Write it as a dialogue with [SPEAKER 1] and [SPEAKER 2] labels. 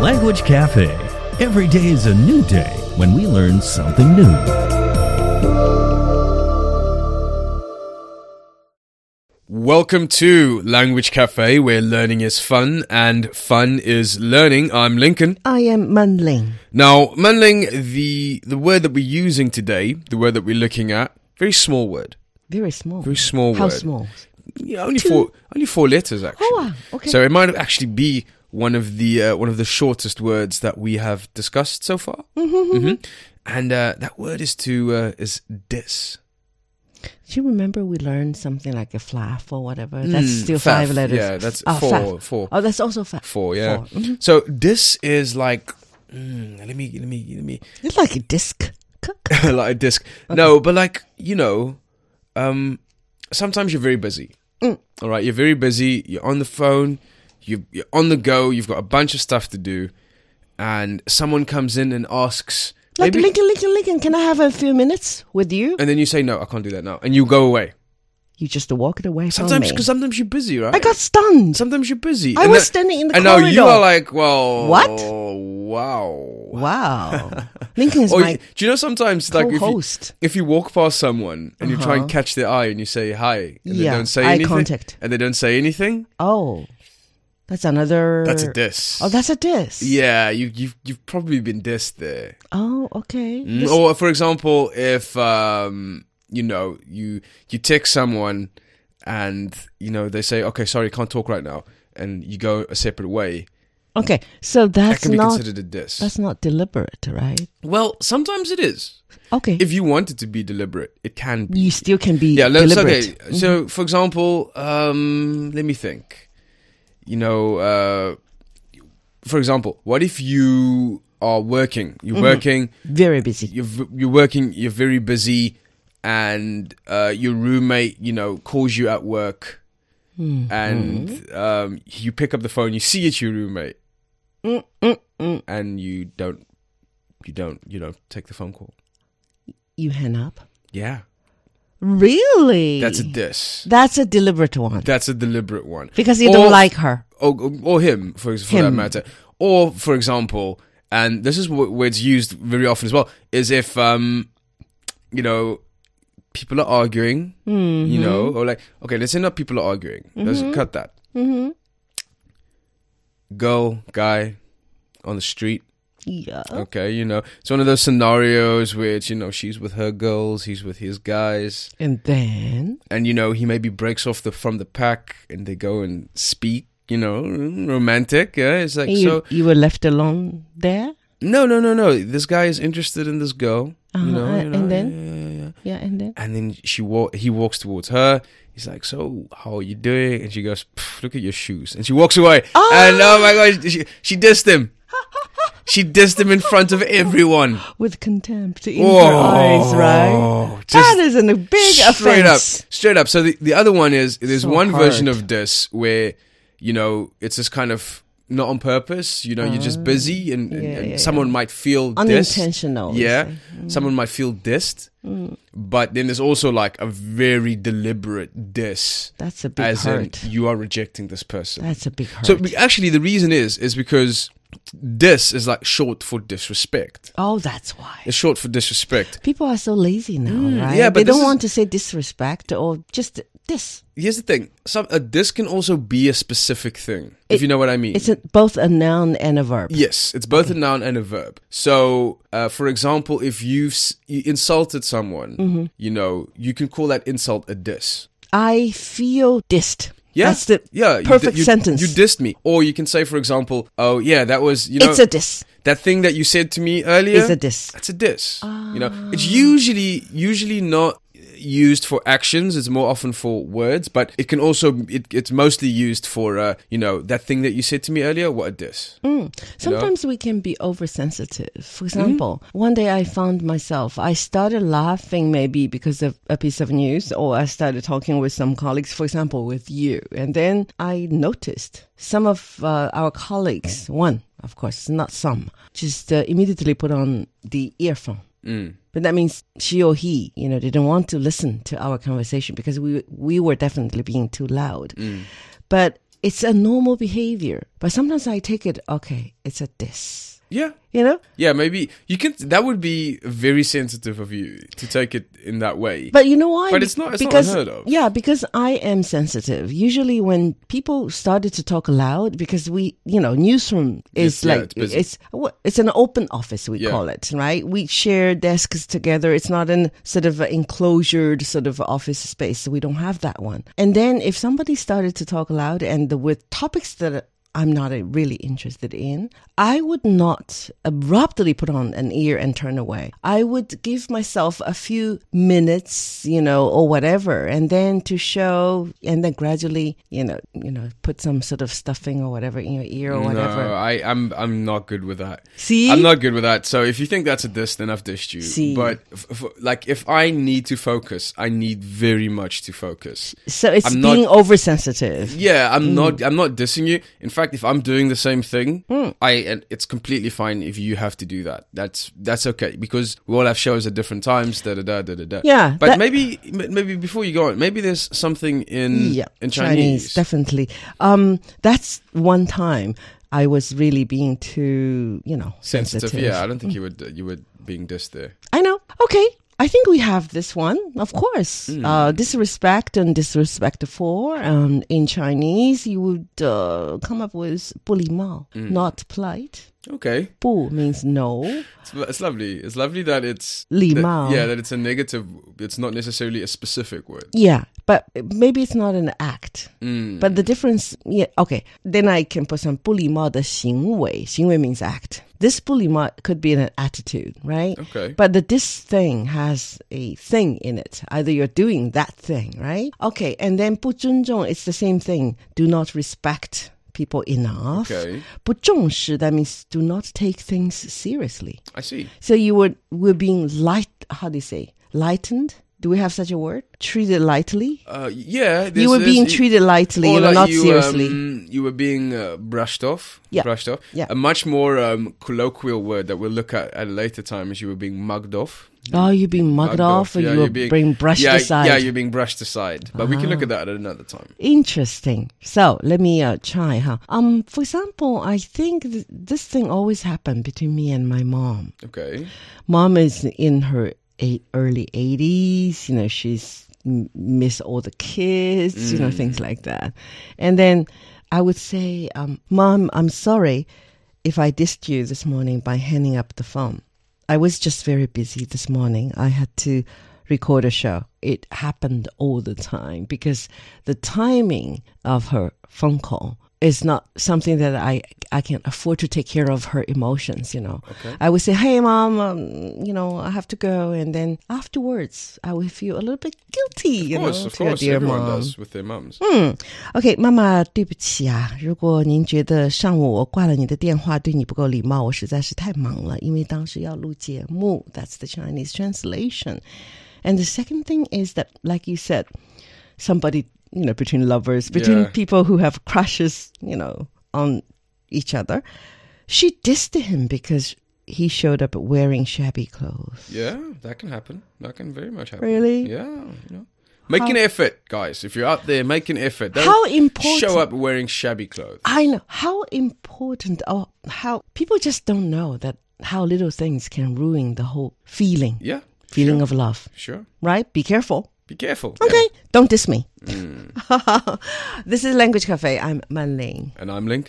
[SPEAKER 1] Language Cafe. Every day is a new day when we learn something new.
[SPEAKER 2] Welcome to Language Cafe, where learning is fun and fun is learning. I'm Lincoln.
[SPEAKER 3] I am Manling.
[SPEAKER 2] Now, Manling, the the word that we're using today, the word that we're looking at, very small word,
[SPEAKER 3] Very small.
[SPEAKER 2] very small
[SPEAKER 3] How
[SPEAKER 2] word.
[SPEAKER 3] small?
[SPEAKER 2] Yeah, only four, only four letters actually.
[SPEAKER 3] Oh, ah, okay.
[SPEAKER 2] So it might actually be one of the uh, one of the shortest words that we have discussed so far. Mm-hmm. And uh, that word is to uh, is dis.
[SPEAKER 3] Do you remember we learned something like a flaff or whatever? that's
[SPEAKER 2] Mm,
[SPEAKER 3] still
[SPEAKER 2] faff.
[SPEAKER 3] five letters.
[SPEAKER 2] Yeah, that's
[SPEAKER 3] Ah,
[SPEAKER 2] four-
[SPEAKER 3] faff.
[SPEAKER 2] four.
[SPEAKER 3] Oh, that's also faff.
[SPEAKER 2] Four, yeah.
[SPEAKER 3] Four. Mhm.
[SPEAKER 2] So dis is like. mm, let me let me let me
[SPEAKER 3] It's like a disc. K- k-
[SPEAKER 2] like a disc. No, but like you know, um, sometimes you're very busy.
[SPEAKER 3] Mm.
[SPEAKER 2] All right, you're very busy. You're on the phone. You you're on the go. You've got a bunch of stuff to do, and someone comes in and asks,
[SPEAKER 3] Like
[SPEAKER 2] maybe- Uh,
[SPEAKER 3] Lincoln, Lincoln, Lincoln, can I have a few minutes with you?
[SPEAKER 2] and then you say, "No, I can't do that now," and you go
[SPEAKER 3] Oh,
[SPEAKER 2] away.
[SPEAKER 3] You just walked away from
[SPEAKER 2] Sometimes,
[SPEAKER 3] me.
[SPEAKER 2] because sometimes you're busy, right?
[SPEAKER 3] I got stunned.
[SPEAKER 2] Sometimes you're busy.
[SPEAKER 3] I
[SPEAKER 2] And
[SPEAKER 3] was
[SPEAKER 2] that-
[SPEAKER 3] standing in the
[SPEAKER 2] and now you
[SPEAKER 3] corridor.
[SPEAKER 2] are like, well,
[SPEAKER 3] What?
[SPEAKER 2] Wow.
[SPEAKER 3] Wow. Lincoln is
[SPEAKER 2] Or
[SPEAKER 3] my
[SPEAKER 2] you- do you know sometimes like if you,
[SPEAKER 3] co-host. Uh-huh.
[SPEAKER 2] if you walk past someone and you try and catch their eye and you say hi and they
[SPEAKER 3] Yeah,
[SPEAKER 2] don't say
[SPEAKER 3] eye
[SPEAKER 2] anything
[SPEAKER 3] contact.
[SPEAKER 2] and they don't say anything,
[SPEAKER 3] Oh, that's another.
[SPEAKER 2] that's a diss.
[SPEAKER 3] Oh, that's a disc.
[SPEAKER 2] yeah, you you've you've probably been dissed there.
[SPEAKER 3] Oh, okay.
[SPEAKER 2] Mm,
[SPEAKER 3] This-
[SPEAKER 2] Or for example, if um you know you you text someone and you know they say okay sorry can't talk right now and you go a separate way
[SPEAKER 3] okay, so
[SPEAKER 2] that
[SPEAKER 3] that's
[SPEAKER 2] can be
[SPEAKER 3] not
[SPEAKER 2] considered a diss.
[SPEAKER 3] that's not deliberate, right?
[SPEAKER 2] well, sometimes it is.
[SPEAKER 3] Okay.
[SPEAKER 2] If you want it to be deliberate, it can be.
[SPEAKER 3] you still can be
[SPEAKER 2] Yeah, let's
[SPEAKER 3] deliberate.
[SPEAKER 2] okay. So, for example, um, let me think. You know, uh, for example, what if you are working? You're working.
[SPEAKER 3] Mm, Very busy.
[SPEAKER 2] You're v- you're working. You're very busy, and uh, your roommate, you know, calls you at work,
[SPEAKER 3] Hmm.
[SPEAKER 2] and um, you pick up the phone. You see it's your roommate,
[SPEAKER 3] Mm,
[SPEAKER 2] and you don't, you don't, you know, take the phone call.
[SPEAKER 3] You hang up.
[SPEAKER 2] Yeah,
[SPEAKER 3] Really?
[SPEAKER 2] that's a diss.
[SPEAKER 3] that's a deliberate one
[SPEAKER 2] That's a deliberate one.
[SPEAKER 3] because you
[SPEAKER 2] Or-
[SPEAKER 3] don't like her.
[SPEAKER 2] or, or him for, for that
[SPEAKER 3] Him.
[SPEAKER 2] matter or for example and this is wh- where it's used very often as well is if um you know people are arguing you know
[SPEAKER 3] Mm-hmm.
[SPEAKER 2] or like okay let's say not people are arguing let's cut that
[SPEAKER 3] Mm-hmm.
[SPEAKER 2] girl guy on the street
[SPEAKER 3] Yeah.
[SPEAKER 2] okay you know it's one of those scenarios where it's, you know she's with her girls he's with his guys
[SPEAKER 3] And then
[SPEAKER 2] and you know he maybe breaks off the from the pack and they go and speak you know romantic yeah it's like
[SPEAKER 3] and you
[SPEAKER 2] so
[SPEAKER 3] you were left alone there.
[SPEAKER 2] no no no no this guy is interested in this girl
[SPEAKER 3] Uh-huh,
[SPEAKER 2] you, know,
[SPEAKER 3] uh,
[SPEAKER 2] you know,
[SPEAKER 3] and then?
[SPEAKER 2] yeah, yeah, yeah, yeah.
[SPEAKER 3] Yeah, and then
[SPEAKER 2] and then she wa- he walks towards her he's like so how are you doing and she goes "Pff, look at your shoes and she walks away and oh my gosh she, she dissed him she dissed him in front of everyone
[SPEAKER 3] with contempt in her eyes, right?
[SPEAKER 2] Oh, just-
[SPEAKER 3] that is an- a big
[SPEAKER 2] straight
[SPEAKER 3] offense.
[SPEAKER 2] up straight up so the, the other one is there's
[SPEAKER 3] So
[SPEAKER 2] one version
[SPEAKER 3] hard.
[SPEAKER 2] of this where you know it's this kind of not on purpose you know you're just busy and, and,
[SPEAKER 3] Mm. yeah,
[SPEAKER 2] and
[SPEAKER 3] yeah,
[SPEAKER 2] someone might feel dissed.
[SPEAKER 3] Unintentional, Mm. you
[SPEAKER 2] yeah
[SPEAKER 3] say.
[SPEAKER 2] someone might feel dissed
[SPEAKER 3] Mm.
[SPEAKER 2] but then there's also like a very deliberate diss
[SPEAKER 3] That's a big
[SPEAKER 2] as
[SPEAKER 3] hurt.
[SPEAKER 2] in you are rejecting this person
[SPEAKER 3] That's a big hurt.
[SPEAKER 2] so be- actually the reason is is because dis is like short for disrespect
[SPEAKER 3] oh, that's why.
[SPEAKER 2] it's short for disrespect
[SPEAKER 3] People are so lazy now, right?
[SPEAKER 2] yeah, but
[SPEAKER 3] they
[SPEAKER 2] this
[SPEAKER 3] don't
[SPEAKER 2] is-
[SPEAKER 3] want to say disrespect or just this.
[SPEAKER 2] here's the thing some a disc can also be a specific thing if
[SPEAKER 3] It-
[SPEAKER 2] you know what i mean
[SPEAKER 3] It's a, both a noun and a verb.
[SPEAKER 2] yes it's both a noun and a verb so uh, for example if you've s- you insulted someone
[SPEAKER 3] Mm-hmm.
[SPEAKER 2] you know you can call that insult a diss
[SPEAKER 3] I feel dissed.
[SPEAKER 2] yeah,
[SPEAKER 3] That's the
[SPEAKER 2] yeah, you di-
[SPEAKER 3] perfect
[SPEAKER 2] you-
[SPEAKER 3] sentence.
[SPEAKER 2] You dissed me, or you can say, for example, "Oh yeah, that was you know
[SPEAKER 3] it's a diss.
[SPEAKER 2] that thing that you said to me earlier."
[SPEAKER 3] It's a diss.
[SPEAKER 2] That's a diss. You know, it's
[SPEAKER 3] Ah.
[SPEAKER 2] usually usually not used for actions. It's more often for words, but it can also it, it's mostly used for uh, you know that thing that you said to me earlier. What a diss!
[SPEAKER 3] Mm. Sometimes we can be oversensitive. For example, one day I found myself, I started laughing maybe because of a piece of news, or I started talking with some colleagues, for example, with you. And then I noticed some of uh, our colleagues, one, of course, not some, just uh, immediately put on the earphone. But that means she or he, you know, didn't want to listen to our conversation because we we were definitely being too loud. But it's a normal behavior. But sometimes I take it, okay, it's a this.
[SPEAKER 2] Yeah.
[SPEAKER 3] You know?
[SPEAKER 2] Yeah, maybe you can. That would be very sensitive of you to take it in that way.
[SPEAKER 3] But you know why?
[SPEAKER 2] But it's not- it's not
[SPEAKER 3] because,
[SPEAKER 2] unheard of.
[SPEAKER 3] Yeah, because I am sensitive. Usually, when people started to talk loud, because we, you know, newsroom is
[SPEAKER 2] Yes, yeah,
[SPEAKER 3] like
[SPEAKER 2] it's busy.
[SPEAKER 3] it's what- it's an open office we
[SPEAKER 2] Yeah.
[SPEAKER 3] call it, right? We share desks together. It's not an sort of an enclosured sort of office space. So we don't have that one. And then if somebody started to talk loud and the, with topics that I'm not uh, really interested in, I would not abruptly put on an ear and turn away. I would give myself a few minutes, you know, or whatever, and then to show, and then gradually, you know, you know, put some sort of stuffing or whatever in your ear or whatever.
[SPEAKER 2] No, I, I'm I'm not good with that.
[SPEAKER 3] See?
[SPEAKER 2] I'm not good with that. So if you think that's a diss, then I've dissed you.
[SPEAKER 3] See?
[SPEAKER 2] But f- f- like, if I need to focus, I need very much to focus.
[SPEAKER 3] so it's
[SPEAKER 2] I'm not-
[SPEAKER 3] being oversensitive.
[SPEAKER 2] Yeah, I'm
[SPEAKER 3] Mm.
[SPEAKER 2] not. I'm not dissing you. In fact, if I'm doing the same thing,
[SPEAKER 3] Hmm.
[SPEAKER 2] I and it's completely fine if you have to do that. That's that's okay because we all have shows at different times. Da da da da da. da.
[SPEAKER 3] Yeah,
[SPEAKER 2] but
[SPEAKER 3] that-
[SPEAKER 2] maybe m- maybe before you go on, maybe there's something in
[SPEAKER 3] Yeah,
[SPEAKER 2] in Chinese.
[SPEAKER 3] definitely. Um, that's one time I was really being too, you know,
[SPEAKER 2] sensitive. Yeah, I don't think you would you were being dissed there.
[SPEAKER 3] I know. Okay. I think we have this one, of course.
[SPEAKER 2] Hmm.
[SPEAKER 3] Uh, disrespect and disrespectful. Um, in Chinese, you would uh, come up with 不礼貌,
[SPEAKER 2] Hmm.
[SPEAKER 3] not polite.
[SPEAKER 2] Okay.
[SPEAKER 3] 不 means no.
[SPEAKER 2] It's, lo- it's lovely. It's lovely that it's
[SPEAKER 3] Li
[SPEAKER 2] that-
[SPEAKER 3] Mao.
[SPEAKER 2] yeah, that it's a negative. It's not necessarily a specific word. Mm,
[SPEAKER 3] Yeah, but maybe it's not an act. But the difference, yeah, okay. Then I can put some 不礼貌的行为，行为 means act. This 不礼貌 could be an attitude, right?
[SPEAKER 2] Okay.
[SPEAKER 3] But the this thing has a thing in it. Either you're doing that thing, right? Okay, and then 不尊重, it's the same thing. Do not respect people enough.
[SPEAKER 2] Okay.
[SPEAKER 3] 不重视, that means do not take things seriously.
[SPEAKER 2] I see.
[SPEAKER 3] So you were were being light. How do you say lightened? Do we have such a word? Treated lightly.
[SPEAKER 2] Uh, yeah,
[SPEAKER 3] you
[SPEAKER 2] there's-
[SPEAKER 3] were
[SPEAKER 2] there's-
[SPEAKER 3] being treated lightly,
[SPEAKER 2] or
[SPEAKER 3] you know,
[SPEAKER 2] like
[SPEAKER 3] not
[SPEAKER 2] you,
[SPEAKER 3] seriously.
[SPEAKER 2] um, you were being uh, brushed off.
[SPEAKER 3] Yeah.
[SPEAKER 2] brushed off.
[SPEAKER 3] Yeah.
[SPEAKER 2] A much more um, colloquial word that we'll look at at a later time is you were being mugged off.
[SPEAKER 3] oh, you're being mugged off, or
[SPEAKER 2] yeah,
[SPEAKER 3] you were
[SPEAKER 2] you're
[SPEAKER 3] being, brushed
[SPEAKER 2] yeah,
[SPEAKER 3] aside.
[SPEAKER 2] Yeah,
[SPEAKER 3] Uh-huh.
[SPEAKER 2] you're being brushed aside. But we can look at that at another time.
[SPEAKER 3] Interesting. So let me uh, try, huh? Um, for example, I think th- this thing always happened between me and my mom.
[SPEAKER 2] Okay.
[SPEAKER 3] Mom is in her eight, early 80s. You know, she's m- miss all the kids, you know, things like that. And then I would say, um, Mom, I'm sorry if I dissed you this morning by handing up the phone. I was just very busy this morning. I had to record a show. It happened all the time because the timing of her phone call is not something that I I can afford to take care of her emotions. You know, I would say, "Hey, mom, um, you know, I have to go," and then afterwards, I would feel a little bit guilty. you
[SPEAKER 2] Of course,
[SPEAKER 3] know,
[SPEAKER 2] of
[SPEAKER 3] to your
[SPEAKER 2] course.
[SPEAKER 3] dear
[SPEAKER 2] Everyone
[SPEAKER 3] mom. Hmm.
[SPEAKER 2] does with their mums.
[SPEAKER 3] OK，妈妈，对不起啊，如果您觉得上午我挂了你的电话对你不够礼貌，我实在是太忙了，因为当时要录节目。That's the Chinese translation. And the second thing is that, like you said, somebody, you know, between lovers, between
[SPEAKER 2] Yeah.
[SPEAKER 3] people who have crushes, you know, on each other, she dissed him because he showed up wearing shabby clothes.
[SPEAKER 2] Yeah, that can happen. That can very much happen.
[SPEAKER 3] Really?
[SPEAKER 2] Yeah. You know. Make an effort, guys. If you're out there, make an effort. Don't
[SPEAKER 3] How important-
[SPEAKER 2] Show up wearing shabby clothes.
[SPEAKER 3] I know how important or how people just don't know that how little things can ruin the whole feeling,
[SPEAKER 2] Yeah.
[SPEAKER 3] feeling of love,
[SPEAKER 2] Sure.
[SPEAKER 3] right? Be careful.
[SPEAKER 2] Be careful.
[SPEAKER 3] Okay, don't diss me. this is Language Cafe. I'm Manling.
[SPEAKER 2] Yeah. And I'm Lincoln.